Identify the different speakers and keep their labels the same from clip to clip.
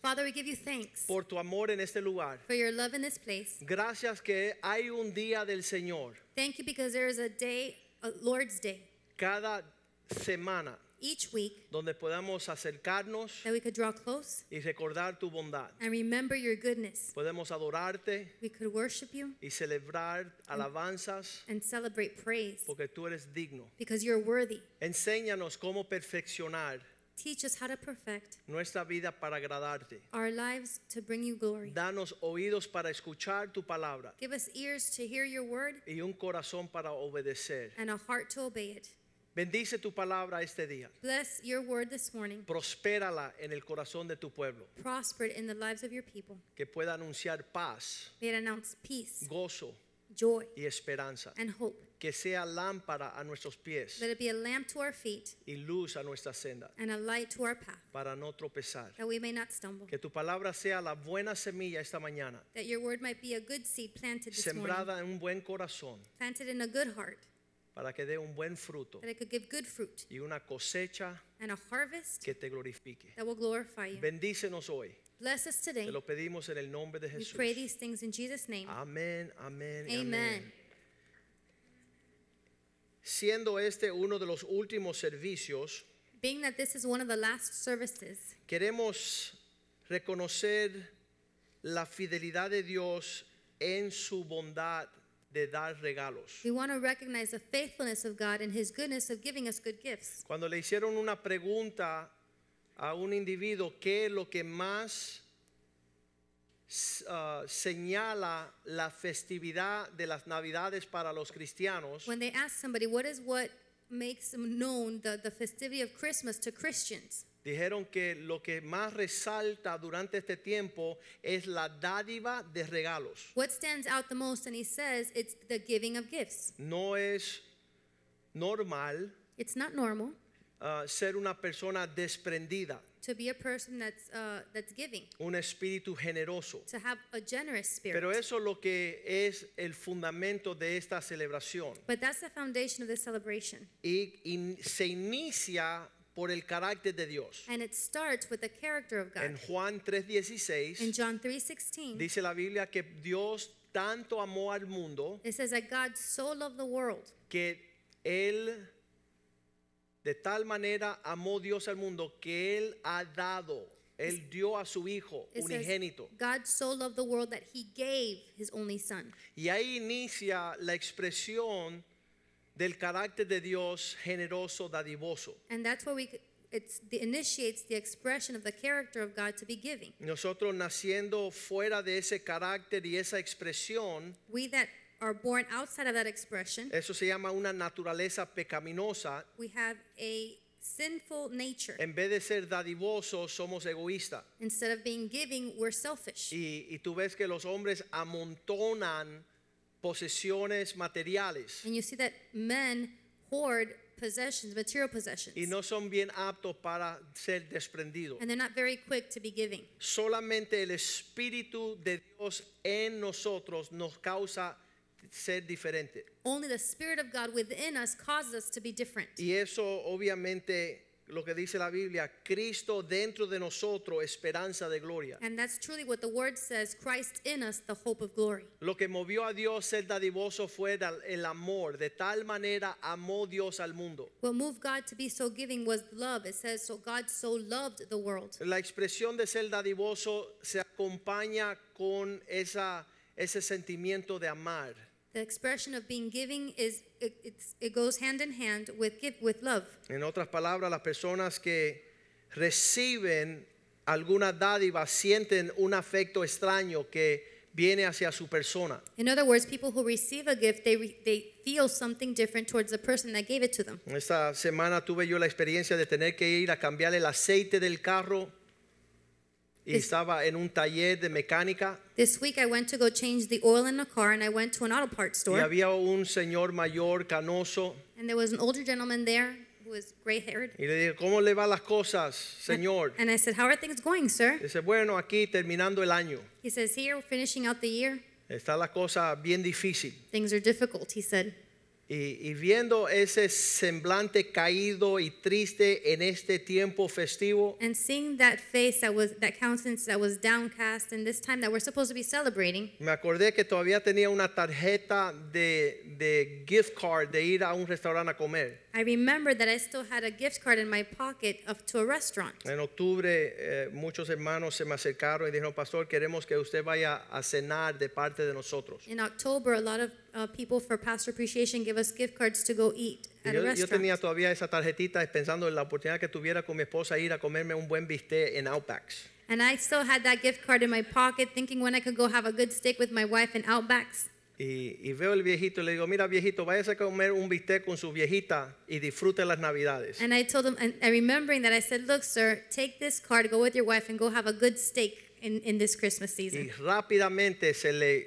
Speaker 1: Father, we give you thanks
Speaker 2: por tu amor en este lugar.
Speaker 1: for your love in this place.
Speaker 2: Gracias que hay un día del Señor
Speaker 1: Thank you because there is a day, a Lord's Day,
Speaker 2: cada semana
Speaker 1: each week
Speaker 2: donde podamos acercarnos
Speaker 1: that we could draw close
Speaker 2: y recordar tu bondad.
Speaker 1: and remember your goodness.
Speaker 2: Podemos adorarte
Speaker 1: We could worship you
Speaker 2: y celebrar alabanzas
Speaker 1: and celebrate praise
Speaker 2: porque tú eres digno.
Speaker 1: because you're worthy.
Speaker 2: Enséñanos cómo perfeccionar
Speaker 1: Teach us how to perfect
Speaker 2: nuestra vida para agradarte.
Speaker 1: our lives to bring you glory.
Speaker 2: Danos oídos para escuchar tu palabra
Speaker 1: Give us ears to hear your word
Speaker 2: y un corazón para obedecer.
Speaker 1: and a heart to obey it.
Speaker 2: Bendice tu palabra este día.
Speaker 1: Bless your word this morning.
Speaker 2: Prospérala en el corazón de tu pueblo.
Speaker 1: Prosper it in the lives of your people.
Speaker 2: que pueda anunciar paz,
Speaker 1: May it announce peace,
Speaker 2: gozo
Speaker 1: joy,
Speaker 2: y esperanza.
Speaker 1: and hope.
Speaker 2: Que sea lámpara a nuestros pies
Speaker 1: Let it be a lamp to our feet
Speaker 2: y luz a nuestra senda
Speaker 1: and a light to our path.
Speaker 2: para no tropezar.
Speaker 1: that we may not stumble.
Speaker 2: Que tu palabra sea la buena semilla esta mañana,
Speaker 1: That your word might be a good seed planted this morning,
Speaker 2: sembrada en un buen corazón
Speaker 1: planted in a good heart,
Speaker 2: para que dé un buen fruto
Speaker 1: that it could give good fruit
Speaker 2: y una cosecha
Speaker 1: and a harvest
Speaker 2: que te glorifique.
Speaker 1: that will glorify you.
Speaker 2: Bendícenos hoy.
Speaker 1: Bless us today.
Speaker 2: Te lo pedimos en el nombre de
Speaker 1: We
Speaker 2: Jesús.
Speaker 1: pray these things in Jesus' name.
Speaker 2: Amén, amén, y
Speaker 1: Amen.
Speaker 2: amén. Siendo este uno de los últimos servicios,
Speaker 1: Being that this is one of the last services,
Speaker 2: Queremos reconocer la fidelidad de Dios en su bondad de dar regalos.
Speaker 1: we want to recognize the faithfulness of God and His goodness of giving us good gifts.
Speaker 2: Cuando le hicieron una pregunta a un individuo, ¿qué es lo que más s- ah, señala la festividad de las Navidades para los cristianos?
Speaker 1: When they ask somebody, what is what makes known the, the festivity of Christmas to Christians?
Speaker 2: Dijeron que lo que más resalta durante este tiempo es la dádiva de regalos.
Speaker 1: What stands out the most? And he says it's the giving of gifts.
Speaker 2: No es normal
Speaker 1: It's not normal.
Speaker 2: uh, ser una persona desprendida,
Speaker 1: to be a person that's uh, that's giving,
Speaker 2: un espíritu generoso.
Speaker 1: to have a generous spirit.
Speaker 2: Pero eso es lo que es el fundamento de esta celebración.
Speaker 1: but that's the foundation of this celebration,
Speaker 2: Y, in- se inicia por el carácter de Dios.
Speaker 1: and it starts with the character of
Speaker 2: En
Speaker 1: God.
Speaker 2: Juan
Speaker 1: In
Speaker 2: 3:16
Speaker 1: John 3:16,
Speaker 2: dice la Biblia que Dios tanto amó al mundo
Speaker 1: it says that God so loved the world
Speaker 2: que Él, de tal manera amó Dios al mundo que Él ha dado, Él dio a su Hijo
Speaker 1: it says,
Speaker 2: unigénito.
Speaker 1: God so loved the world that He gave His only Son,
Speaker 2: Y ahí inicia la expresión del carácter de Dios generoso, dadivoso.
Speaker 1: and that's where we c- it's the, initiates the expression of the character of God to be giving.
Speaker 2: Nosotros naciendo fuera de ese carácter y esa expresión,
Speaker 1: We that are born outside of that expression,
Speaker 2: eso se llama una naturaleza pecaminosa.
Speaker 1: we have a sinful nature.
Speaker 2: En vez de ser dadivosos, somos egoístas.
Speaker 1: Instead of being giving, we're selfish.
Speaker 2: Y, y tú ves que los hombres amontonan posesiones materiales
Speaker 1: And you see that men hoard possessions, material possessions,
Speaker 2: y no son bien aptos para ser desprendidos.
Speaker 1: and they're not very quick to be giving.
Speaker 2: Solamente el Espíritu de Dios en nosotros nos causa ser diferente.
Speaker 1: Only the Spirit of God within us causes us to be different.
Speaker 2: Y eso obviamente lo que dice la Biblia, Cristo dentro de nosotros, esperanza de gloria.
Speaker 1: And that's truly what the Word says Christ in us, the hope of glory.
Speaker 2: Lo que movió a Dios ser dadivoso fue dal- el amor. De tal manera amó Dios al mundo.
Speaker 1: What moved God to be so giving was love. It says, So God so loved the world.
Speaker 2: La expresión de ser dadivoso se acompaña con esa, ese sentimiento de amar.
Speaker 1: The expression of being giving is it, it's, it goes hand in hand with give, with love.
Speaker 2: En otras palabras, las personas que reciben alguna dádiva sienten un afecto extraño que viene hacia su persona.
Speaker 1: In other words, people who receive a gift, they, re, they feel something different towards the person that gave it to them.
Speaker 2: Esta semana tuve yo la experiencia de tener que ir a cambiar el aceite del carro y estaba en un taller de mecánica
Speaker 1: This week I went to go change the oil in a car and I went to an auto parts
Speaker 2: y
Speaker 1: store
Speaker 2: había un señor mayor canoso
Speaker 1: and there was an older gentleman there who was gray haired.
Speaker 2: y le dije, ¿cómo le van las cosas, señor?
Speaker 1: And I said, How are things going, sir?
Speaker 2: Dice, bueno, aquí terminando el año,
Speaker 1: He says, Here, we're finishing out the year.
Speaker 2: está la cosa bien difícil.
Speaker 1: Things are difficult, he said.
Speaker 2: Y, y viendo ese semblante caído y triste en este tiempo festivo,
Speaker 1: And seeing that face that was that countenance that was downcast and this time that we're supposed to be celebrating,
Speaker 2: me acordé que todavía tenía una tarjeta de, de gift card de ir a un restaurante a comer.
Speaker 1: I remembered that I still had a gift card in my pocket of to a restaurant.
Speaker 2: En octubre eh, muchos hermanos se me acercaron y dijeron, pastor, queremos que usted vaya a cenar de parte de nosotros.
Speaker 1: In October, a lot of uh, people for Pastor Appreciation give us gift cards to go eat
Speaker 2: Y
Speaker 1: at a
Speaker 2: Yo, yo
Speaker 1: restaurant.
Speaker 2: tenía todavía esa tarjetita pensando en la oportunidad que tuviera con mi esposa ir a comerme un buen bistec en Outbacks.
Speaker 1: And I still had that gift card in my pocket, thinking when I could go have a good steak with my wife in Outbacks.
Speaker 2: Y, y veo el viejito y le digo, mira viejito, váyase a comer un bistec con su viejita y disfrute las navidades.
Speaker 1: And I told him, and, and remembering that, I said, Look, sir, take this card, go with your wife, and go have a good steak in, in this Christmas
Speaker 2: Y
Speaker 1: season.
Speaker 2: rápidamente se le,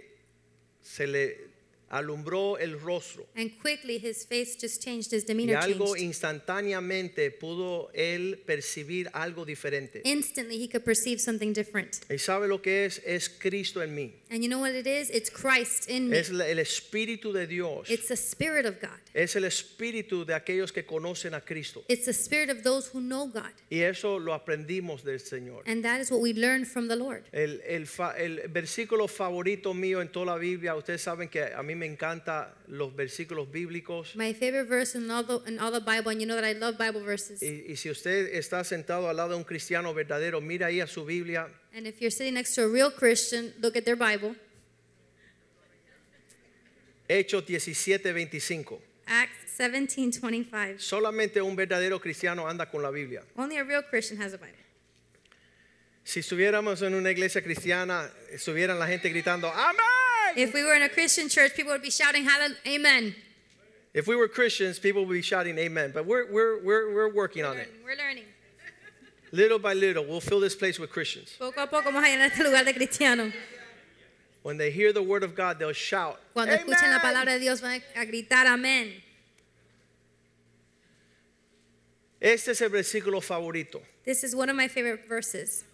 Speaker 2: se le alumbró el rostro.
Speaker 1: And quickly, his face just changed, his
Speaker 2: Y
Speaker 1: demeanor
Speaker 2: algo
Speaker 1: changed.
Speaker 2: instantáneamente pudo él percibir algo diferente.
Speaker 1: Instantly, he could perceive something different.
Speaker 2: Y sabe lo que es, es Cristo en mí.
Speaker 1: And you know what it is? It's Christ in me,
Speaker 2: Es la- el Espíritu de Dios.
Speaker 1: Mm. it's the Spirit of God,
Speaker 2: Es el Espíritu de aquellos que conocen a Cristo.
Speaker 1: it's the Spirit of those who know God.
Speaker 2: Y eso lo aprendimos del Señor.
Speaker 1: And that is what we learn from the Lord.
Speaker 2: El, el fa- el versículo favorito mío en toda la Biblia, ustedes saben que a mí me encantan los versículos bíblicos.
Speaker 1: My favorite verse in all the, in all the Bible, and you know that I love Bible verses.
Speaker 2: Y, y si usted está sentado al lado de un cristiano verdadero, mira ahí a su Biblia
Speaker 1: And if you're sitting next to a real Christian, look at their Bible,
Speaker 2: Hechos 17, 25.
Speaker 1: Acts 17 25.
Speaker 2: Solamente un verdadero cristiano anda con la Biblia.
Speaker 1: Only a real Christian has a Bible.
Speaker 2: Si estuviéramos en una iglesia cristiana, estuvieran la gente gritando, Amén.
Speaker 1: If we were in a Christian church, people would be shouting, Hallelujah, Amen.
Speaker 2: If we were Christians, people would be shouting, Amen. But we're, we're, we're, we're working
Speaker 1: We're
Speaker 2: on it.
Speaker 1: learning. We're learning.
Speaker 2: Little by little, we'll fill this place with Christians.
Speaker 1: Poco a poco vamos a llenar este lugar de cristianos.
Speaker 2: When they hear the word of God, they'll shout,
Speaker 1: Cuando escuchan la
Speaker 2: "Amen."
Speaker 1: palabra de Dios, van a gritar, Amén.
Speaker 2: Este es el versículo favorito.
Speaker 1: This is one of my favorite verses.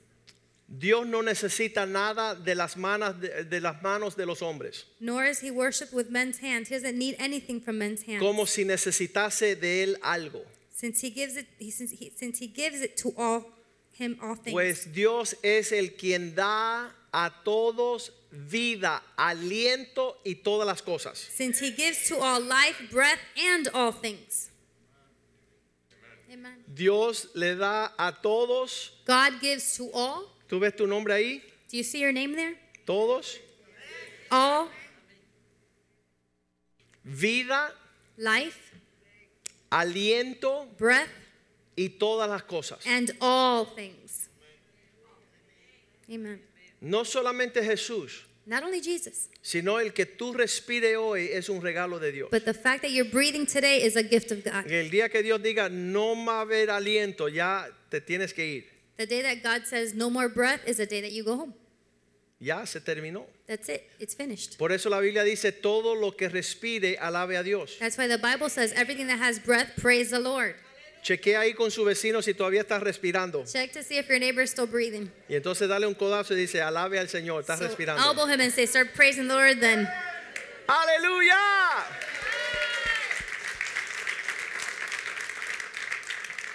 Speaker 2: Dios no necesita nada de las manos de, de las manos de los hombres.
Speaker 1: Nor is he worshipped with men's hands. He doesn't need anything from men's hands.
Speaker 2: Como si necesitase de él algo.
Speaker 1: Since he gives it, he, since, he, since he gives it to all him all things.
Speaker 2: Pues Dios es el quien da a todos vida, aliento y todas las cosas.
Speaker 1: Since he gives to all life, breath, and all things. Amen.
Speaker 2: Dios le da a todos.
Speaker 1: God gives to all.
Speaker 2: ¿Tú ves tu nombre ahí?
Speaker 1: Do you see your name there?
Speaker 2: Todos.
Speaker 1: All
Speaker 2: Vida,
Speaker 1: life,
Speaker 2: aliento
Speaker 1: breath,
Speaker 2: y todas las cosas.
Speaker 1: and all things. Amen.
Speaker 2: No solamente Jesús,
Speaker 1: Not only Jesus,
Speaker 2: sino el que tú respire hoy es un regalo de Dios.
Speaker 1: but the fact that you're breathing today is a gift of God.
Speaker 2: El día que Dios diga, no va a haber aliento, ya te tienes que ir.
Speaker 1: The day that God says no more breath is the day that you go home.
Speaker 2: Ya se terminó.
Speaker 1: That's it. It's finished.
Speaker 2: Por eso la Biblia dice, todo lo que respire, alabe a Dios.
Speaker 1: That's why the Bible says everything that has breath, praise the Lord.
Speaker 2: Chequea ahí con su vecino si todavía estás respirando.
Speaker 1: Check to see if your neighbor is still breathing.
Speaker 2: Y entonces dale un codazo y dice, alabe al Señor, estás
Speaker 1: So
Speaker 2: respirando.
Speaker 1: elbow him and say, "Start praising the Lord." Then
Speaker 2: Aleluya.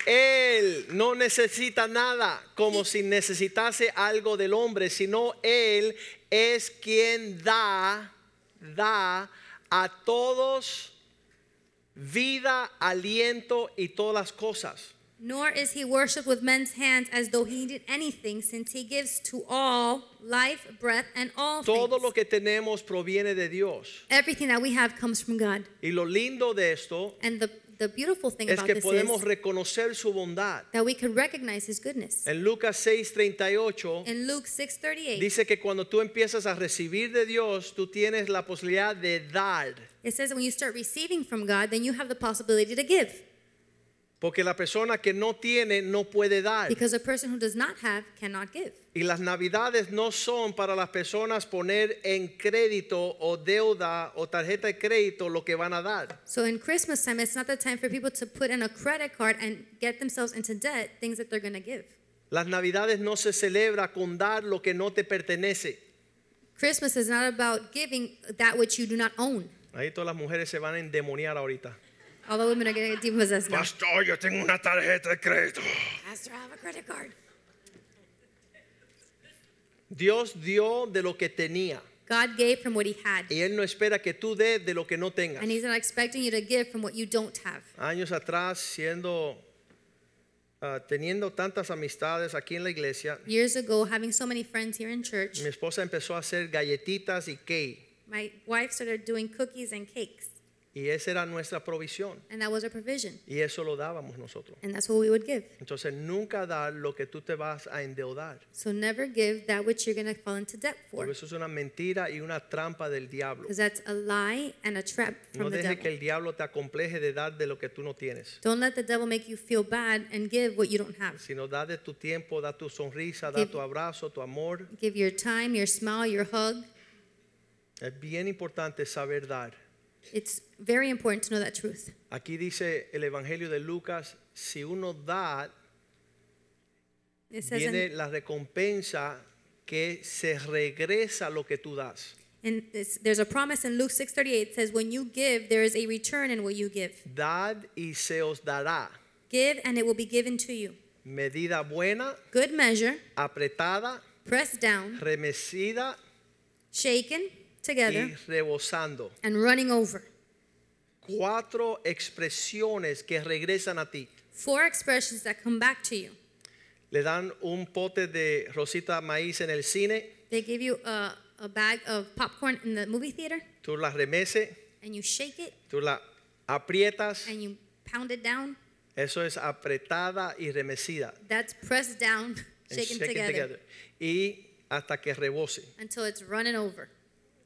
Speaker 2: Él no necesita nada como si necesitase algo del hombre, sino Él es quien da, da a todos vida, aliento y todas las cosas.
Speaker 1: nor is he worshipped with men's hands as though he needed anything, since he gives to all life, breath, and all
Speaker 2: Todo
Speaker 1: things.
Speaker 2: lo que tenemos proviene de Dios.
Speaker 1: Everything that we have comes from God.
Speaker 2: Y lo lindo de esto
Speaker 1: And the the beautiful thing
Speaker 2: es
Speaker 1: about
Speaker 2: que
Speaker 1: this
Speaker 2: podemos
Speaker 1: is
Speaker 2: reconocer su bondad.
Speaker 1: that we can recognize His goodness.
Speaker 2: En Lucas 6:38
Speaker 1: In Luke 6:38,
Speaker 2: Dice que cuando tú empiezas a recibir de Dios, tú tienes la posibilidad de dar.
Speaker 1: it says that when you start receiving from God, then you have the possibility to give.
Speaker 2: Porque la persona que no tiene no puede dar.
Speaker 1: because a person who does not have cannot give.
Speaker 2: Y las navidades no son para las personas poner en crédito o deuda o tarjeta de crédito lo que van a dar.
Speaker 1: So in Christmas time, it's not the time for people to put in a credit card and get themselves into debt, things that they're going to give.
Speaker 2: Las navidades no se celebra con dar lo que no te pertenece.
Speaker 1: Christmas is not about giving that which you do not own.
Speaker 2: Ahí todas las mujeres se van a endemoniar ahorita.
Speaker 1: All the women are going to get depossessed now.
Speaker 2: Pastor, yo tengo una tarjeta de crédito.
Speaker 1: Pastor, I have a credit card.
Speaker 2: Dios dio de lo que tenía
Speaker 1: God gave from what he had.
Speaker 2: y Él no espera que tú des de lo que no tengas.
Speaker 1: And he's not expecting you to give from what you don't have.
Speaker 2: años atrás siendo ah, teniendo tantas amistades aquí en la iglesia
Speaker 1: Years ago, having so many friends here in church,
Speaker 2: mi esposa empezó a hacer galletitas y cake
Speaker 1: my wife started doing cookies and cakes,
Speaker 2: y esa era nuestra provisión
Speaker 1: and that was our provision.
Speaker 2: y eso lo dábamos nosotros
Speaker 1: And that's what we would give.
Speaker 2: entonces nunca dar lo que tú te vas a endeudar
Speaker 1: So never give that which you're going to fall into debt
Speaker 2: porque
Speaker 1: for.
Speaker 2: eso es una mentira y una trampa del diablo
Speaker 1: Because that's a lie and a trap from
Speaker 2: no
Speaker 1: the
Speaker 2: deje
Speaker 1: devil.
Speaker 2: que el diablo te acompleje de dar de lo que tú no tienes
Speaker 1: Don't let the devil make you feel bad and give what you don't have.
Speaker 2: sino da de tu tiempo da tu sonrisa da
Speaker 1: Give-
Speaker 2: tu abrazo tu amor
Speaker 1: Give your time, your smile, your hug.
Speaker 2: es bien importante saber dar
Speaker 1: It's very important to know that truth.
Speaker 2: Aquí dice el Evangelio de Lucas, si uno da,
Speaker 1: It says
Speaker 2: viene
Speaker 1: in,
Speaker 2: la recompensa que se regresa lo que tú das.
Speaker 1: in this, there's a promise in Luke 6:38 it says, "When you give, there is a return in what you give.
Speaker 2: Dad y se os dará.
Speaker 1: Give, and it will be given to you.
Speaker 2: Medida buena,
Speaker 1: Good measure,
Speaker 2: apretada,
Speaker 1: pressed down,
Speaker 2: remecida
Speaker 1: shaken
Speaker 2: y
Speaker 1: together,
Speaker 2: rebosando.
Speaker 1: and running over."
Speaker 2: Cuatro expresiones que regresan a ti.
Speaker 1: Four expressions that come back to you.
Speaker 2: Le dan un pote de rosita maíz en el cine,
Speaker 1: They give you a, a bag of popcorn in the movie theater,
Speaker 2: tú la remeces,
Speaker 1: and you shake it
Speaker 2: tú la aprietas.
Speaker 1: and you pound it down.
Speaker 2: Eso es apretada y remecida.
Speaker 1: That's pressed down,
Speaker 2: and
Speaker 1: shaken
Speaker 2: shake it
Speaker 1: together,
Speaker 2: together. Y hasta que rebose.
Speaker 1: until it's running over.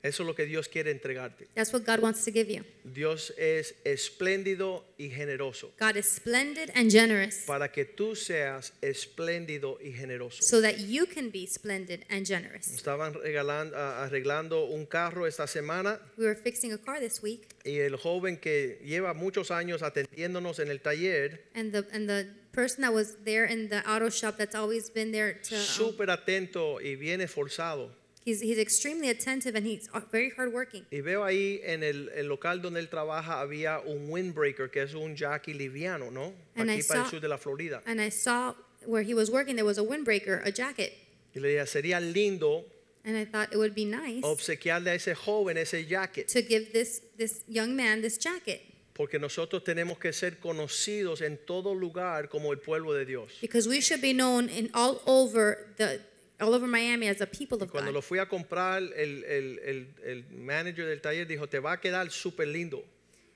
Speaker 2: Eso es lo que Dios quiere entregarte.
Speaker 1: That's what God wants to give you.
Speaker 2: Dios es espléndido y generoso.
Speaker 1: God is splendid and generous
Speaker 2: Para que tú seas espléndido y generoso.
Speaker 1: so that you can be splendid and generous.
Speaker 2: Estaban regalando, a- arreglando un carro esta semana
Speaker 1: We were fixing a car this week,
Speaker 2: y el joven que lleva muchos años atendiéndonos en el taller,
Speaker 1: and the and the person that was there in the auto shop that's always been there to um,
Speaker 2: súper atento y bien esforzado.
Speaker 1: he's he's extremely attentive and he's uh, very hardworking.
Speaker 2: Y veo ahí en el, el local donde él trabaja había un windbreaker, que es un jacky liviano, ¿no?
Speaker 1: And
Speaker 2: Aquí
Speaker 1: I
Speaker 2: para el
Speaker 1: saw-
Speaker 2: sur de la Florida.
Speaker 1: And I saw where he was working there was a windbreaker, a jacket,
Speaker 2: Y le dije, sería lindo
Speaker 1: and I thought it would be nice
Speaker 2: obsequiarle a ese joven ese jacket,
Speaker 1: to give this this young man this jacket
Speaker 2: porque nosotros tenemos que ser conocidos en todo lugar como el pueblo de Dios.
Speaker 1: because we should be known in all over the all over Miami as a people of
Speaker 2: Cuando
Speaker 1: God.
Speaker 2: lo fui a comprar, el, el- el- el manager del taller dijo, te va a quedar súper lindo.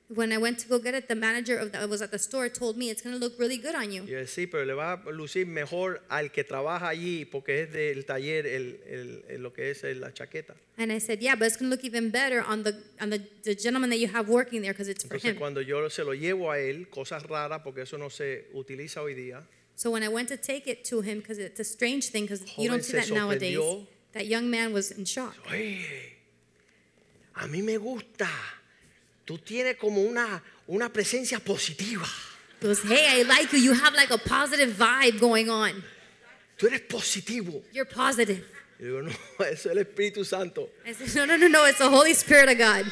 Speaker 1: When I went to go get it, the manager of that was at the store told me it's going to look really good on
Speaker 2: Y
Speaker 1: you.
Speaker 2: yo, sí, pero le va a lucir mejor al que trabaja allí, porque es del taller el- el- el- lo que es la chaqueta.
Speaker 1: And I said, yeah, but it's going to look even better on the on the, the gentleman that you have working there because it's for
Speaker 2: Entonces
Speaker 1: him.
Speaker 2: cuando yo se lo llevo a él, cosas raras, porque eso no se utiliza hoy día,
Speaker 1: So when I went to take it to him because it's a strange thing because you
Speaker 2: Joven
Speaker 1: don't see
Speaker 2: se
Speaker 1: that nowadays.
Speaker 2: sorprendió.
Speaker 1: That young man was in shock.
Speaker 2: Oye, a mí me gusta. Tú tienes como una, una presencia positiva.
Speaker 1: He goes, hey, I like you. You have like a positive vibe going on.
Speaker 2: Tú eres positivo.
Speaker 1: You're positive.
Speaker 2: Y digo, no, eso es el Espíritu Santo.
Speaker 1: I said, no, no, no, no. It's the Holy Spirit of God.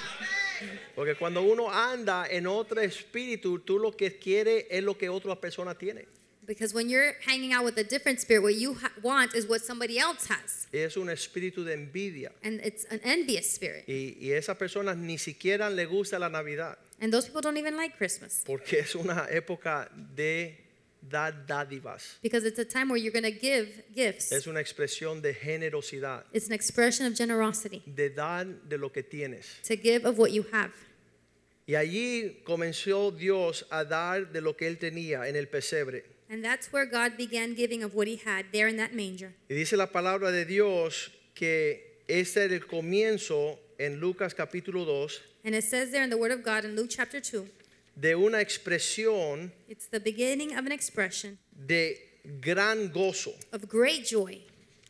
Speaker 2: Porque cuando uno anda en otro espíritu, tú lo que quieres es lo que otra persona tiene.
Speaker 1: Because when you're hanging out with a different spirit, what you ha- want is what somebody else has.
Speaker 2: Y es un espíritu de envidia.
Speaker 1: And it's an envious spirit.
Speaker 2: Y, y esas personas ni siquiera le gusta la Navidad,
Speaker 1: And those people don't even like Christmas
Speaker 2: porque es una época de dar dádivas.
Speaker 1: because it's a time where you're going to give gifts.
Speaker 2: Es una expresión de generosidad,
Speaker 1: It's an expression of generosity
Speaker 2: de dar de lo que tienes.
Speaker 1: to give of what you have.
Speaker 2: Y allí comenzó Dios a dar de lo que él tenía en el pesebre.
Speaker 1: And that's where God began giving of what he had there in that manger.
Speaker 2: Y dice la palabra de Dios que este era el comienzo en Lucas capítulo 2,
Speaker 1: And it says there in the Word of God in Luke chapter 2,
Speaker 2: de una expresión
Speaker 1: It's the beginning of an expression
Speaker 2: de gran gozo.
Speaker 1: of great joy.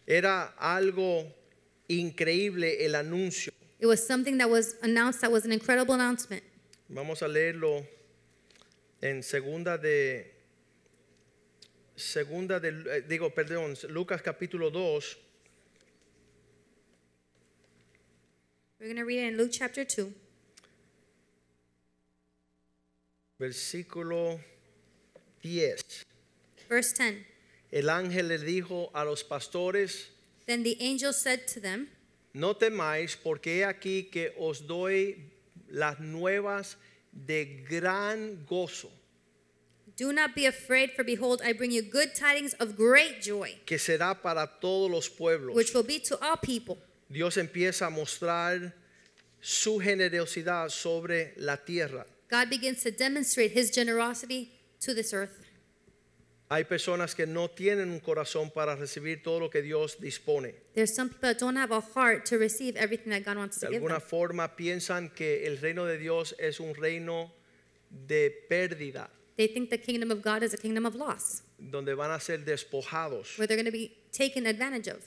Speaker 2: Era algo increíble el anuncio.
Speaker 1: It was something that was announced that was an incredible announcement.
Speaker 2: Vamos a leerlo en segunda de segunda de eh, digo, perdón, Lucas capítulo 2
Speaker 1: We're going to read it in Luke chapter 2,
Speaker 2: versículo 10.
Speaker 1: verse 10.
Speaker 2: El ángel le dijo a los pastores,
Speaker 1: Then the angel said to them,
Speaker 2: no temáis, porque he aquí que os doy las nuevas de gran gozo,
Speaker 1: Do not be afraid, for behold, I bring you good tidings of great joy,
Speaker 2: que será para todos los pueblos.
Speaker 1: which will be to all people.
Speaker 2: Dios empieza a mostrar su generosidad sobre la tierra.
Speaker 1: God begins to demonstrate his generosity to this earth.
Speaker 2: Hay personas que no tienen un corazón para recibir todo lo que Dios dispone.
Speaker 1: There's some people that don't have a heart to receive everything that God wants
Speaker 2: De
Speaker 1: to give
Speaker 2: alguna
Speaker 1: them.
Speaker 2: forma piensan que el reino de Dios es un reino de pérdida,
Speaker 1: They think the kingdom of God is a kingdom of loss,
Speaker 2: donde van a ser despojados.
Speaker 1: where they're going to be taken advantage of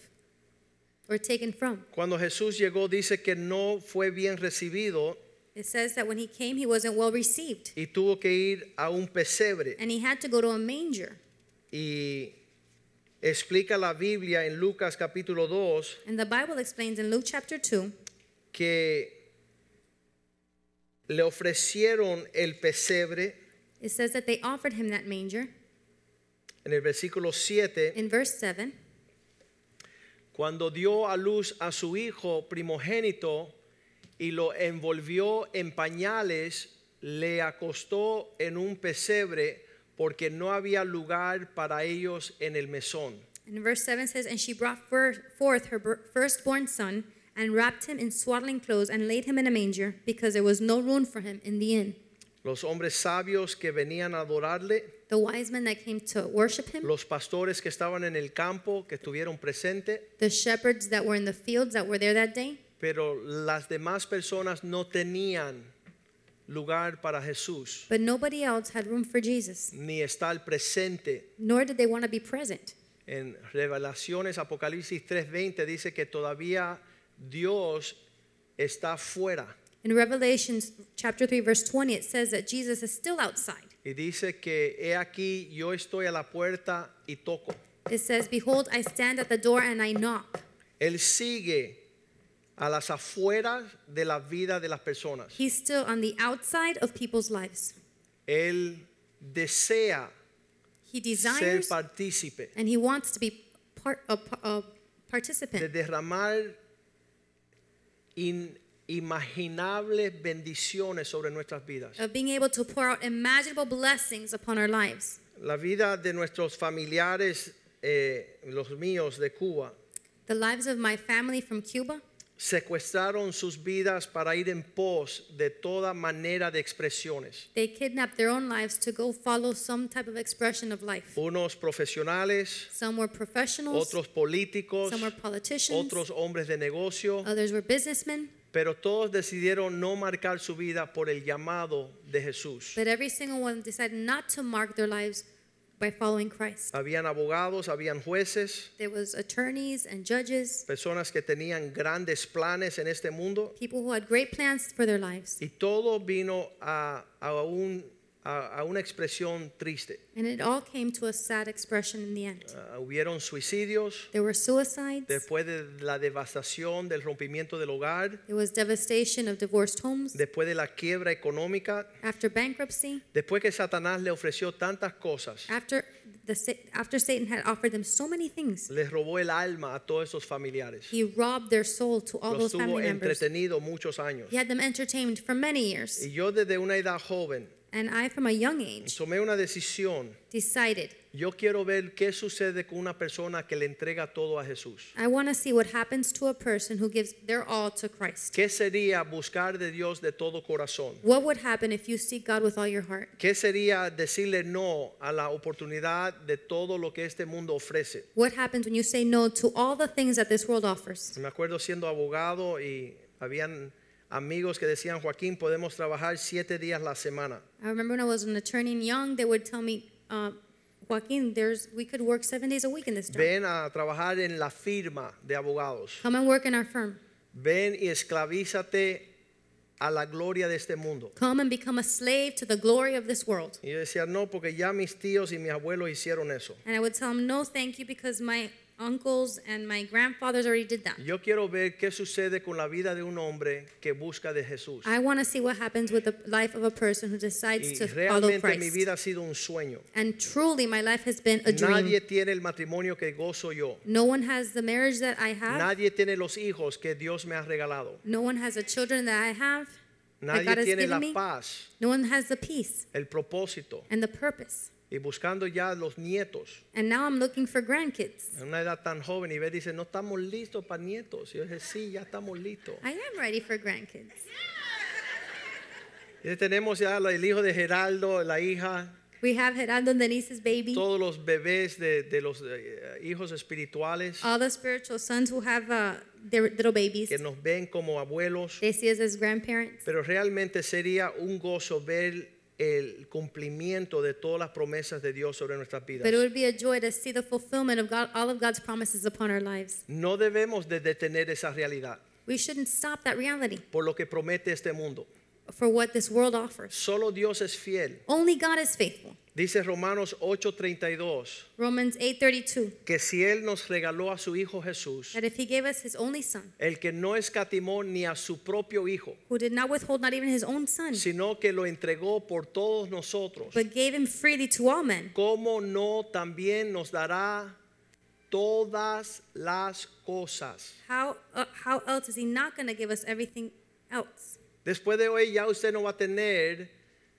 Speaker 1: or taken from.
Speaker 2: Cuando Jesús llegó dice que no fue bien recibido
Speaker 1: It says that when he came, he wasn't well received,
Speaker 2: y tuvo que ir a un pesebre.
Speaker 1: and he had to go to a manger.
Speaker 2: Y explica la Biblia en Lucas capítulo 2
Speaker 1: And the Bible explains in Luke chapter 2
Speaker 2: que le ofrecieron el pesebre
Speaker 1: It says that they offered him that manger.
Speaker 2: en el versículo 7.
Speaker 1: In verse 7,
Speaker 2: Cuando dio a luz a su hijo primogénito y lo envolvió en pañales, le acostó en un pesebre porque no había lugar para ellos en el mesón.
Speaker 1: and verse 7 says, And she brought fir- forth her bir- firstborn son and wrapped him in swaddling clothes and laid him in a manger because there was no room for him in the inn.
Speaker 2: Los hombres sabios que venían a adorarle,
Speaker 1: The wise men that came to worship him,
Speaker 2: los pastores que estaban en el campo, que estuvieron presentes,
Speaker 1: the shepherds that were in the fields that were there that day,
Speaker 2: pero las demás personas no tenían lugar para Jesús,
Speaker 1: but nobody else had room for Jesus,
Speaker 2: ni estar presente
Speaker 1: nor did they want to be present.
Speaker 2: En Revelaciones, Apocalipsis 3:20 dice que todavía Dios está fuera
Speaker 1: In Revelations chapter 3 verse 20 it says that Jesus is still outside.
Speaker 2: y dice que he aquí yo estoy a la puerta y toco.
Speaker 1: It says behold I stand at the door and I knock.
Speaker 2: Él sigue a las afueras de la vida de las personas.
Speaker 1: He's still on the outside of people's lives.
Speaker 2: Él desea
Speaker 1: He
Speaker 2: ser
Speaker 1: desires
Speaker 2: partícipe,
Speaker 1: and he wants to be part a, pa- a
Speaker 2: de
Speaker 1: participant
Speaker 2: derramar inimaginables bendiciones sobre nuestras vidas.
Speaker 1: of being able to pour out imaginable blessings upon our lives.
Speaker 2: La vida de nuestros familiares, eh, los míos de Cuba,
Speaker 1: The lives of my family from Cuba,
Speaker 2: secuestraron sus vidas para ir en pos de toda manera de expresiones.
Speaker 1: they kidnapped their own lives to go follow some type of expression of life.
Speaker 2: Unos profesionales,
Speaker 1: Some were professionals,
Speaker 2: otros políticos,
Speaker 1: some were politicians,
Speaker 2: otros hombres de negocio,
Speaker 1: others were businessmen.
Speaker 2: pero todos decidieron no marcar su vida por el llamado de Jesús.
Speaker 1: But every single one decided not to mark their lives by following Christ.
Speaker 2: Habían abogados, habían jueces,
Speaker 1: There was attorneys and judges,
Speaker 2: personas que tenían grandes planes en este mundo
Speaker 1: people who had great plans for their lives,
Speaker 2: y todo vino a, a un- a- a una expresión triste.
Speaker 1: and it all came to a sad expression in the end.
Speaker 2: Ah, hubieron suicidios
Speaker 1: There were suicides.
Speaker 2: después de la devastación del rompimiento del hogar,
Speaker 1: There was devastation of divorced homes
Speaker 2: después de la quiebra económica,
Speaker 1: after bankruptcy,
Speaker 2: después que Satanás le ofreció tantas cosas,
Speaker 1: after the Sa- after Satan had offered them so many things.
Speaker 2: les robó el alma a todos esos familiares.
Speaker 1: He robbed their soul to all
Speaker 2: Los
Speaker 1: those
Speaker 2: tuvo
Speaker 1: family members.
Speaker 2: entretenido muchos años.
Speaker 1: He had them entertained for many years.
Speaker 2: Y yo desde una edad joven
Speaker 1: And I, from a young age,
Speaker 2: tomé una decisión.
Speaker 1: decided
Speaker 2: Yo quiero ver qué sucede con una persona que le entrega todo a Jesús.
Speaker 1: I want to see what happens to a person who gives their all to Christ.
Speaker 2: ¿Qué sería buscar de Dios de todo corazón?
Speaker 1: What would happen if you seek God with all your heart?
Speaker 2: ¿Qué sería decirle no a la oportunidad de todo lo que este mundo ofrece?
Speaker 1: What happens when you say no to all the things that this world offers?
Speaker 2: Me acuerdo siendo abogado y habían amigos que decían, Joaquín, podemos trabajar siete días la semana.
Speaker 1: I remember when I was an attorney in Young, they would tell me, uh, Joaquin, there's we could work seven days a week in this job.
Speaker 2: Ven a trabajar en la firma de abogados.
Speaker 1: Come and work in our firm.
Speaker 2: Ven y esclavízate a la gloria de este mundo.
Speaker 1: Come and become a slave to the glory of this world.
Speaker 2: Y yo decía, no, porque ya mis tíos y mis abuelos hicieron eso.
Speaker 1: And I would tell them, no, thank you, because my uncles and my grandfathers already did that.
Speaker 2: Yo quiero ver qué sucede con la vida de un hombre que busca de Jesús.
Speaker 1: I want to see what happens with the life of a person who decides
Speaker 2: Y
Speaker 1: to follow
Speaker 2: realmente mi
Speaker 1: Christ.
Speaker 2: vida ha sido un sueño.
Speaker 1: And truly, my life has been a dream.
Speaker 2: Nadie tiene el matrimonio que gozo yo.
Speaker 1: No one has the marriage that I have.
Speaker 2: Nadie tiene los hijos que Dios me ha regalado.
Speaker 1: No one has the children that I have. that
Speaker 2: Nadie
Speaker 1: God has
Speaker 2: tiene
Speaker 1: given
Speaker 2: la
Speaker 1: me.
Speaker 2: paz,
Speaker 1: No one has the peace
Speaker 2: el propósito.
Speaker 1: and the purpose.
Speaker 2: Y buscando ya los nietos.
Speaker 1: And now I'm looking for grandkids.
Speaker 2: En una edad tan joven y ve dice, no estamos listos para nietos. Y yo dije, sí, ya estamos listos.
Speaker 1: I am ready for grandkids.
Speaker 2: Y tenemos ya el hijo de Geraldo, la hija,
Speaker 1: We have Gerardo and Denise's baby,
Speaker 2: todos los bebés de, de los eh, hijos espirituales
Speaker 1: all the spiritual sons who have uh, their little babies.
Speaker 2: que nos ven como abuelos.
Speaker 1: They see us as grandparents.
Speaker 2: Pero realmente sería un gozo ver el cumplimiento de todas las promesas de Dios sobre nuestras vidas.
Speaker 1: But it would be a joy to see the fulfillment of God, all of God's promises upon our lives.
Speaker 2: No debemos de detener esa realidad
Speaker 1: We shouldn't stop that reality
Speaker 2: por lo que promete este mundo.
Speaker 1: for what this world offers.
Speaker 2: Solo Dios es fiel.
Speaker 1: Only God is faithful.
Speaker 2: Dice Romanos 8:32
Speaker 1: Romans 8:32
Speaker 2: que si Él nos regaló a su Hijo Jesús,
Speaker 1: that if he gave us his only son,
Speaker 2: el que no escatimó ni a su propio Hijo,
Speaker 1: who did not withhold not even his own son,
Speaker 2: sino que lo entregó por todos nosotros,
Speaker 1: but gave him freely to all men,
Speaker 2: ¿cómo no también nos dará todas las cosas?
Speaker 1: how uh, how else is he not going to give us everything else?
Speaker 2: Después de hoy ya usted no va a tener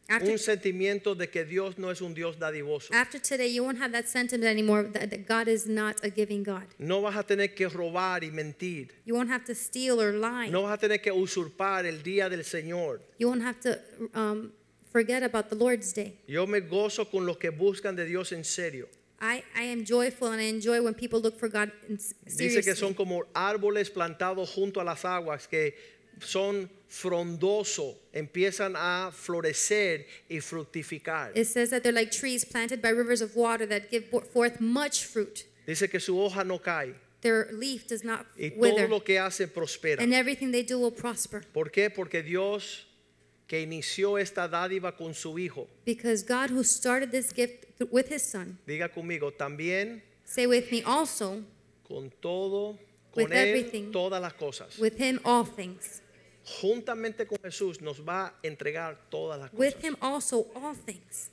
Speaker 1: After
Speaker 2: un sentimiento de que Dios no es un Dios dadivoso.
Speaker 1: after today you won't have that sentiment anymore that, that God is not a giving God.
Speaker 2: No vas a tener que robar y mentir.
Speaker 1: You won't have to steal or lie.
Speaker 2: No vas a tener que usurpar el día del Señor.
Speaker 1: You won't have to um, forget about the Lord's day.
Speaker 2: Yo me gozo con los que buscan de Dios en serio.
Speaker 1: I, I am joyful and I enjoy when people look for God in, s-
Speaker 2: Dice que son
Speaker 1: seriously.
Speaker 2: como árboles plantados junto a las aguas que son frondosos, empiezan a florecer y fructificar.
Speaker 1: It says that they're like trees planted by rivers of water that give bo- forth much fruit.
Speaker 2: Dice que su hoja no cae
Speaker 1: Their leaf does not
Speaker 2: y todo
Speaker 1: wither,
Speaker 2: lo que hace prospera.
Speaker 1: and everything they do will prosper.
Speaker 2: ¿Por qué? Porque Dios que inició esta dádiva con su hijo,
Speaker 1: Because God, who started this gift th- with His Son,
Speaker 2: diga conmigo, también
Speaker 1: say with me also,
Speaker 2: con todo, con
Speaker 1: With
Speaker 2: él
Speaker 1: everything.
Speaker 2: todas las cosas.
Speaker 1: with Him all things.
Speaker 2: Juntamente con Jesús nos va a entregar todas las
Speaker 1: With
Speaker 2: cosas.
Speaker 1: Him also all things.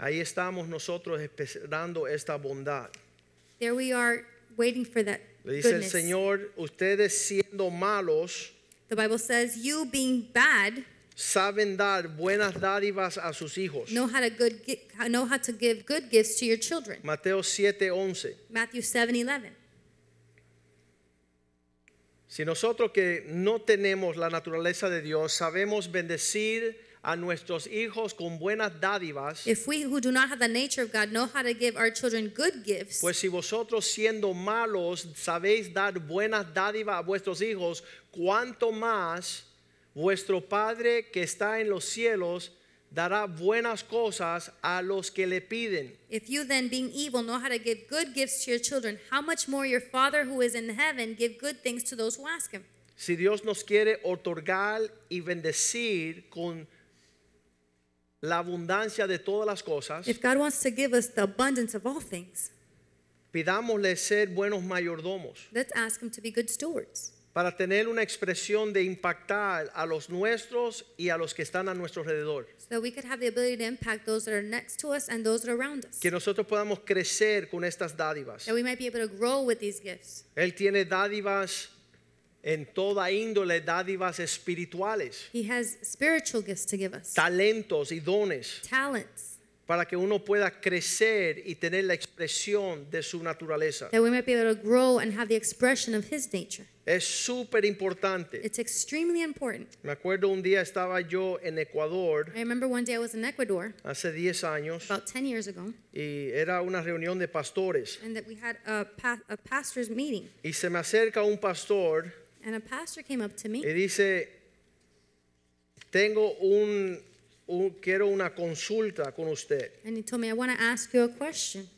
Speaker 2: Ahí estamos nosotros esperando esta bondad.
Speaker 1: There we are waiting for that
Speaker 2: Le dice
Speaker 1: goodness.
Speaker 2: el Señor, ustedes siendo malos
Speaker 1: The Bible says, "You being bad,
Speaker 2: saben dar buenas dádivas a sus hijos.
Speaker 1: know how to good gi- know how to give good gifts to your children."
Speaker 2: Mateo 7:11.
Speaker 1: Matthew 7 11.
Speaker 2: Si nosotros que no tenemos la naturaleza de Dios sabemos bendecir a nuestros hijos con buenas dádivas,
Speaker 1: If we who do not have the nature of God know how to give our children good gifts,
Speaker 2: pues si vosotros siendo malos sabéis dar buenas dádivas a vuestros hijos, cuanto más vuestro Padre que está en los cielos dará buenas cosas a los que le piden.
Speaker 1: if you then, being evil, know how to give good gifts to your children, how much more your Father who is in heaven give good things to those who ask him?
Speaker 2: Si Dios nos quiere otorgar y bendecir con la abundancia de todas las cosas,
Speaker 1: If God wants to give us the abundance of all things,
Speaker 2: pidámosle ser buenos mayordomos
Speaker 1: let's ask him to be good stewards
Speaker 2: para tener una expresión de impactar a los nuestros y a los que están a nuestro alrededor.
Speaker 1: so that we could have the ability to impact those that are next to us and those that are around us.
Speaker 2: Que nosotros podamos crecer con estas dádivas.
Speaker 1: That we might be able to grow with these gifts.
Speaker 2: Él tiene dádivas en toda índole, dádivas espirituales,
Speaker 1: He has spiritual gifts to give us,
Speaker 2: talentos y dones.
Speaker 1: talents,
Speaker 2: para que uno pueda crecer y tener la expresión de su naturaleza.
Speaker 1: that we might be able to grow and have the expression of his nature.
Speaker 2: Es súper importante.
Speaker 1: It's extremely important.
Speaker 2: Me acuerdo un día estaba yo en Ecuador
Speaker 1: I remember one day I was in Ecuador
Speaker 2: hace 10 años
Speaker 1: about 10 years ago,
Speaker 2: y era una reunión de pastores
Speaker 1: and that we had a, pa- a pastor's meeting.
Speaker 2: y se me acerca un pastor
Speaker 1: And a pastor came up to
Speaker 2: y
Speaker 1: me
Speaker 2: dice, tengo un, un- quiero una consulta con usted.
Speaker 1: and he told me, I want to ask you a question.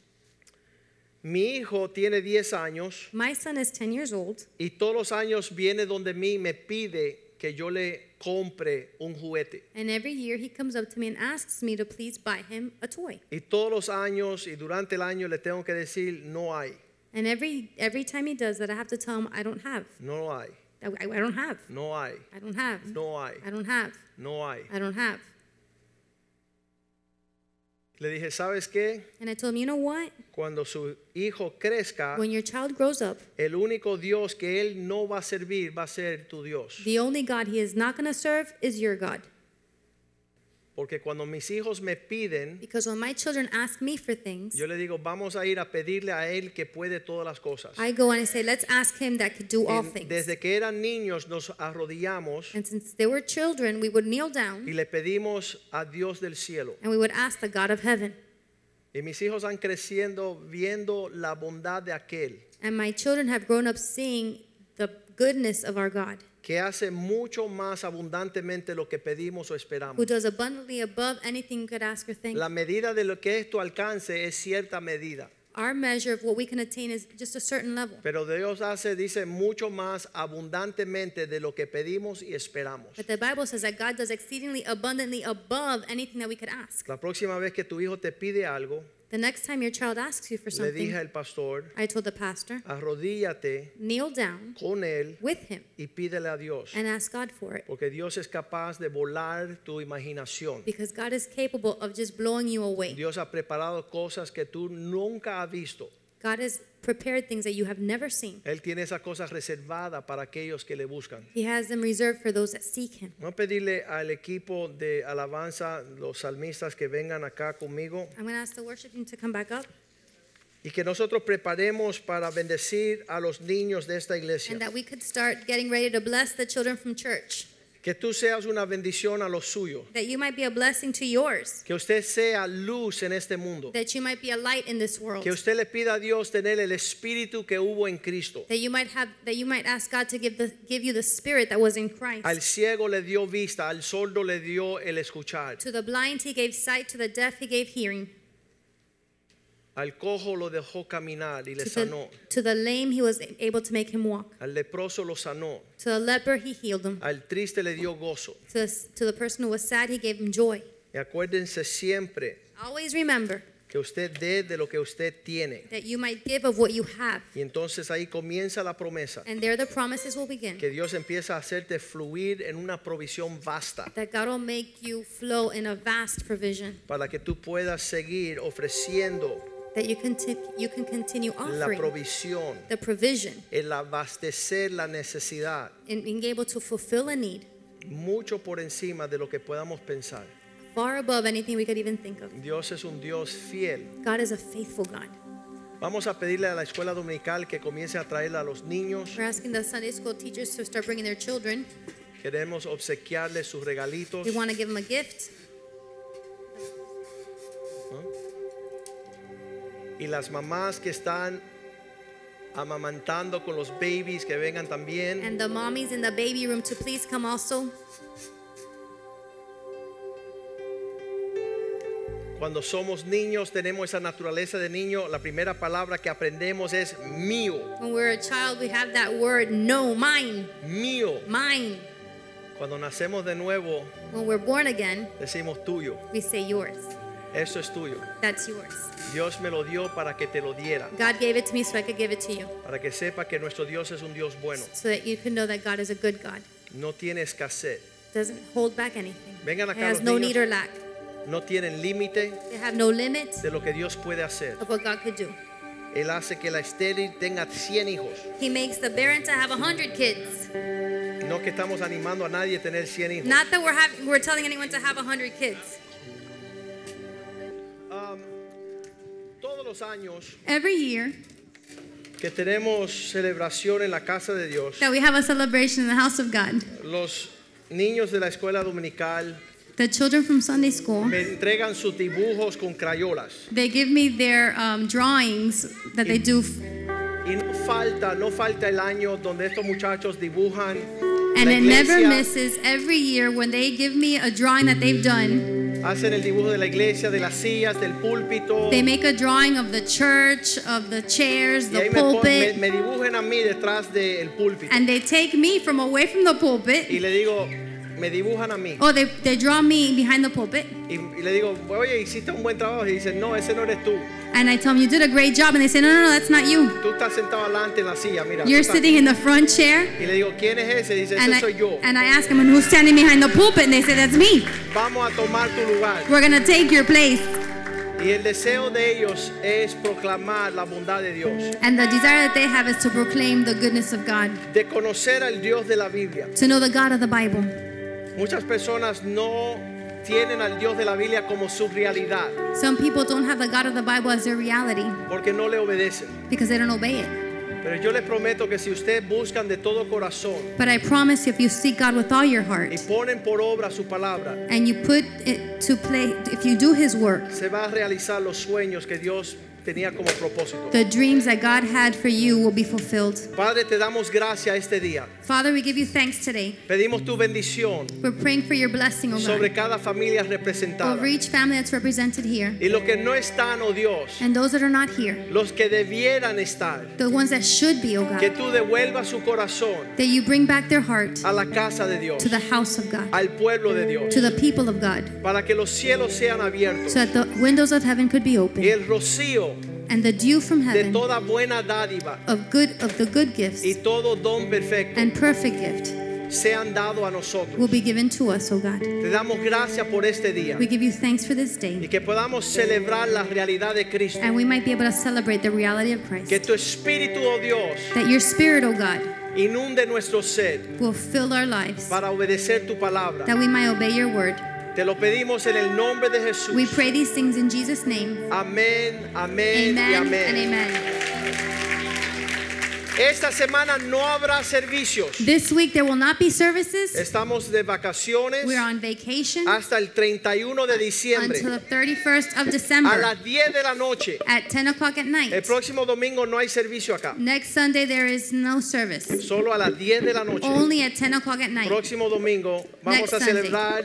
Speaker 2: Mi hijo tiene 10 años
Speaker 1: My son is 10 years old,
Speaker 2: y todos los años viene donde mí y me pide que yo le compre un juguete.
Speaker 1: and every year he comes up to me and asks me to please buy him a toy.
Speaker 2: Y todos los años y durante el año le tengo que decir, no hay,
Speaker 1: And every every time he does that, I have to tell him, I don't have.
Speaker 2: no hay,
Speaker 1: I, I don't have.
Speaker 2: no hay,
Speaker 1: I don't have.
Speaker 2: no hay,
Speaker 1: I don't have.
Speaker 2: no hay.
Speaker 1: I don't have.
Speaker 2: Le dije, ¿sabes qué?
Speaker 1: And I told him, you know what?
Speaker 2: Cuando su hijo crezca,
Speaker 1: When your child grows up,
Speaker 2: el único Dios que él no va a servir va a ser tu Dios.
Speaker 1: the only God he is not going to serve is your God.
Speaker 2: Porque cuando mis hijos me piden,
Speaker 1: Because when my children ask me for things,
Speaker 2: yo le digo, vamos a ir a pedirle a Él que puede todas las cosas.
Speaker 1: I go and I say, let's ask him that could do all
Speaker 2: Y
Speaker 1: things.
Speaker 2: desde que eran niños nos arrodillamos
Speaker 1: And since they were children, we would kneel
Speaker 2: y
Speaker 1: down
Speaker 2: le pedimos a Dios del cielo.
Speaker 1: and we would ask the God of heaven.
Speaker 2: Y mis hijos han creciendo viendo la bondad de aquel
Speaker 1: And my children have grown up seeing the goodness of our God,
Speaker 2: que hace mucho más abundantemente lo que pedimos o esperamos.
Speaker 1: who does abundantly above anything you could ask or think.
Speaker 2: La medida de lo que esto alcance es cierta medida,
Speaker 1: Our measure of what we can attain is just a certain level.
Speaker 2: pero Dios hace, dice, mucho más abundantemente de lo que pedimos y esperamos.
Speaker 1: But the Bible says that God does exceedingly abundantly above anything that we could ask.
Speaker 2: La próxima vez que tu hijo te pide algo,
Speaker 1: The next time your child asks you for
Speaker 2: le dije
Speaker 1: something,
Speaker 2: al pastor,
Speaker 1: I told the pastor,
Speaker 2: arrodíllate
Speaker 1: kneel down
Speaker 2: con él
Speaker 1: with him
Speaker 2: y pídele a Dios.
Speaker 1: and ask God for it.
Speaker 2: Porque Dios es capaz de volar tu imaginación.
Speaker 1: Because God is capable of just blowing you away.
Speaker 2: Dios ha preparado cosas que tú nunca has visto.
Speaker 1: God has prepared things that you have never seen.
Speaker 2: Él tiene esas cosas reservadas para aquellos que le buscan.
Speaker 1: He has them reserved for those that seek him.
Speaker 2: Vamos a pedirle al equipo de alabanza, los salmistas que vengan acá conmigo
Speaker 1: I'm going to ask the worship team to come back up
Speaker 2: y que nosotros preparemos para bendecir a los niños de esta iglesia.
Speaker 1: and that we could start getting ready to bless the children from church.
Speaker 2: Que tú seas una bendición a los suyos.
Speaker 1: That you might be a blessing to yours.
Speaker 2: Que usted sea luz en este mundo.
Speaker 1: That you might be a light in this world.
Speaker 2: Que usted le pida a Dios tener el espíritu que hubo en Cristo.
Speaker 1: That you might have that you might ask God to give the give you the spirit that was in
Speaker 2: Al
Speaker 1: Christ.
Speaker 2: ciego le dio vista, al sordo le dio el escuchar,
Speaker 1: To the blind he gave sight, to the deaf he gave hearing.
Speaker 2: al cojo lo dejó caminar y le
Speaker 1: To the,
Speaker 2: sanó,
Speaker 1: to the lame he was able to make him walk.
Speaker 2: al leproso lo sanó,
Speaker 1: To the leper he healed him.
Speaker 2: al triste le dio gozo.
Speaker 1: To the, to the person who was sad, he gave him joy.
Speaker 2: Y acuérdense siempre
Speaker 1: Always remember
Speaker 2: que usted dé de lo que usted tiene.
Speaker 1: that you might give of what you have,
Speaker 2: Y entonces ahí comienza la promesa,
Speaker 1: and there the promises will begin.
Speaker 2: que Dios empieza a hacerte fluir en una provisión vasta
Speaker 1: That God will make you flow in a vast provision,
Speaker 2: para que tú puedas seguir ofreciendo
Speaker 1: that you, conti- you can continue
Speaker 2: la
Speaker 1: offering
Speaker 2: provisión,
Speaker 1: the provision
Speaker 2: el abastecer la necesidad,
Speaker 1: and being able to fulfill a need
Speaker 2: mucho por encima de lo que podamos pensar.
Speaker 1: far above anything we could even think of.
Speaker 2: Dios es un Dios fiel.
Speaker 1: God is a faithful God.
Speaker 2: Vamos a pedirle a la escuela dominical que comience a traer a los niños.
Speaker 1: We're asking the Sunday school teachers to start bringing their children.
Speaker 2: Queremos obsequiarles sus regalitos.
Speaker 1: We want to give them a gift.
Speaker 2: Y las mamás que están amamantando con los babies que vengan también.
Speaker 1: And the mommies in the baby room to please come also.
Speaker 2: Cuando somos niños tenemos esa naturaleza de niño. La primera palabra que aprendemos es mío,
Speaker 1: When we're a child, we have that word, no, mine,
Speaker 2: mío.
Speaker 1: mine.
Speaker 2: Cuando nacemos de nuevo
Speaker 1: When we're born again,
Speaker 2: decimos tuyo.
Speaker 1: we say yours.
Speaker 2: Eso es tuyo.
Speaker 1: That's yours.
Speaker 2: Dios me lo dio para que te lo diera.
Speaker 1: God gave it to me so I could give it to you,
Speaker 2: Para que sepa que nuestro Dios es un Dios bueno.
Speaker 1: so that you can know that God is a good God.
Speaker 2: No tiene escasez.
Speaker 1: Doesn't hold back anything.
Speaker 2: Vengan
Speaker 1: He
Speaker 2: acá
Speaker 1: has
Speaker 2: los
Speaker 1: no
Speaker 2: niños.
Speaker 1: need or lack.
Speaker 2: No tienen límite.
Speaker 1: They have no limit
Speaker 2: de lo que Dios puede hacer.
Speaker 1: of what God could do.
Speaker 2: Él hace que la estéril tenga 100 hijos.
Speaker 1: He makes the barren to have a hundred kids.
Speaker 2: No que estamos animando a nadie a tener 100 hijos.
Speaker 1: Not that we're having, we're telling anyone to have a hundred kids.
Speaker 2: Todos los años
Speaker 1: Every year
Speaker 2: que tenemos celebración en la casa de Dios,
Speaker 1: that we have a celebration in the house of God,
Speaker 2: los niños de la escuela dominical
Speaker 1: the children from Sunday school
Speaker 2: me entregan sus dibujos con crayolas.
Speaker 1: they give me their um, drawings that they do f-
Speaker 2: Y no falta, no falta el año donde estos muchachos dibujan.
Speaker 1: And
Speaker 2: la
Speaker 1: it never
Speaker 2: iglesia,
Speaker 1: misses every year when they give me a drawing that they've done.
Speaker 2: Hacen el dibujo de la iglesia, de las sillas, del púlpito.
Speaker 1: They make a drawing of the church, of the chairs,
Speaker 2: y
Speaker 1: the
Speaker 2: ahí me, pon- me,
Speaker 1: pulpit,
Speaker 2: me dibujen a mí detrás del púlpito.
Speaker 1: and they take me from away from the
Speaker 2: y
Speaker 1: pulpit.
Speaker 2: le digo, me dibujan a mí.
Speaker 1: Oh, they, they draw me behind the pulpit,
Speaker 2: Y, y le digo, oye, hiciste un buen trabajo. Y dice, no, ese no eres tú.
Speaker 1: and I tell them, You did a great job. And they say, No, no, no, that's not you.
Speaker 2: Tú estás sentado adelante en la silla, mira. tú
Speaker 1: You're
Speaker 2: estás-
Speaker 1: sitting in the front chair.
Speaker 2: Y le digo, ¿quién es ese? Dice,
Speaker 1: And
Speaker 2: ese
Speaker 1: I,
Speaker 2: soy yo.
Speaker 1: and I ask them, And who's standing behind the pulpit? And they say, That's me.
Speaker 2: Vamos a tomar tu lugar.
Speaker 1: We're going to take your place.
Speaker 2: Y el deseo de ellos es proclamar la bondad de Dios,
Speaker 1: And the desire that they have is to proclaim the goodness of God,
Speaker 2: de conocer al Dios de la Biblia.
Speaker 1: to know the God of the Bible.
Speaker 2: Muchas personas no tienen al Dios de la Biblia como su realidad
Speaker 1: Some people don't have the God of the Bible as their reality
Speaker 2: porque no le obedecen.
Speaker 1: because they don't obey it.
Speaker 2: Pero yo les prometo que si ustedes buscan de todo corazón
Speaker 1: But I promise you, if you seek God with all your heart
Speaker 2: y ponen por obra su palabra,
Speaker 1: and you put it to play, if you do His work,
Speaker 2: se va a realizar los sueños que Dios tenía como propósito.
Speaker 1: the dreams that God had for you will be fulfilled.
Speaker 2: Padre, te damos gracias este día.
Speaker 1: Father, we give you thanks today.
Speaker 2: Pedimos tu bendición
Speaker 1: We're praying for your blessing, oh
Speaker 2: sobre
Speaker 1: God,
Speaker 2: cada familia representada.
Speaker 1: over each family that's represented here
Speaker 2: Y los que no están, oh Dios,
Speaker 1: and those that are not here,
Speaker 2: los que debieran estar,
Speaker 1: the ones that should be, oh
Speaker 2: que
Speaker 1: God,
Speaker 2: tú devuelvas su corazón
Speaker 1: that you bring back their heart
Speaker 2: a la casa de Dios,
Speaker 1: to the house of God,
Speaker 2: al pueblo de Dios,
Speaker 1: to the people of God,
Speaker 2: para que los cielos sean abiertos
Speaker 1: so that the windows of heaven could be
Speaker 2: y
Speaker 1: opened
Speaker 2: el rocío
Speaker 1: and the dew from
Speaker 2: de
Speaker 1: heaven
Speaker 2: toda buena dádiva
Speaker 1: of good of the good gifts
Speaker 2: y todo don perfecto
Speaker 1: and perfect gift
Speaker 2: sean dado a
Speaker 1: will
Speaker 2: nosotros.
Speaker 1: be given to us, O God.
Speaker 2: Te damos gracias por este día
Speaker 1: We give you thanks for this
Speaker 2: y
Speaker 1: day,
Speaker 2: que podamos celebrar la realidad de Cristo.
Speaker 1: and we might be able to celebrate the reality of Christ.
Speaker 2: Que tu Espíritu, oh Dios,
Speaker 1: That your Spirit, O God,
Speaker 2: inunde nuestro ser
Speaker 1: will fill our lives,
Speaker 2: para obedecer tu palabra.
Speaker 1: that we might obey your word.
Speaker 2: Te lo pedimos en el nombre de
Speaker 1: We
Speaker 2: Jesús.
Speaker 1: pray these things in Jesus' name.
Speaker 2: Amén, amén y
Speaker 1: Amen and
Speaker 2: amén.
Speaker 1: amen.
Speaker 2: Esta semana no habrá servicios.
Speaker 1: This week there will not be services.
Speaker 2: Estamos de vacaciones
Speaker 1: We're on vacation
Speaker 2: hasta el 31 de diciembre
Speaker 1: until the 31st of
Speaker 2: a
Speaker 1: December
Speaker 2: las 10 de la noche.
Speaker 1: at 10 o'clock at
Speaker 2: El
Speaker 1: night.
Speaker 2: próximo domingo no hay servicio acá,
Speaker 1: Next Sunday there is no service,
Speaker 2: solo a las 10 de la noche.
Speaker 1: only at 10 o'clock at night.
Speaker 2: Próximo domingo vamos
Speaker 1: Next
Speaker 2: a
Speaker 1: Sunday.
Speaker 2: celebrar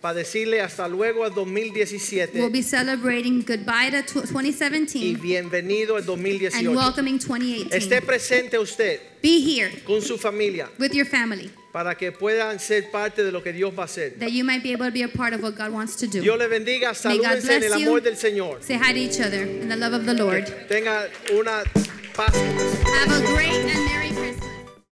Speaker 2: para decirle hasta luego al
Speaker 1: We'll
Speaker 2: 2017
Speaker 1: be celebrating goodbye to tw-
Speaker 2: y
Speaker 1: 2017
Speaker 2: bienvenido al
Speaker 1: and
Speaker 2: 2018.
Speaker 1: welcoming
Speaker 2: Esté
Speaker 1: 2018.
Speaker 2: presente usted
Speaker 1: Be here
Speaker 2: con su familia
Speaker 1: with your family
Speaker 2: para que puedan ser parte de lo que Dios va a hacer.
Speaker 1: that you might be able to be a part of what God wants to
Speaker 2: Dios
Speaker 1: do.
Speaker 2: le bendiga,
Speaker 1: May God
Speaker 2: salúdense en el
Speaker 1: bless you.
Speaker 2: amor del Señor.
Speaker 1: Say hi to each other in the love of the Lord.
Speaker 2: Tenga una paz.
Speaker 1: Have a great and merry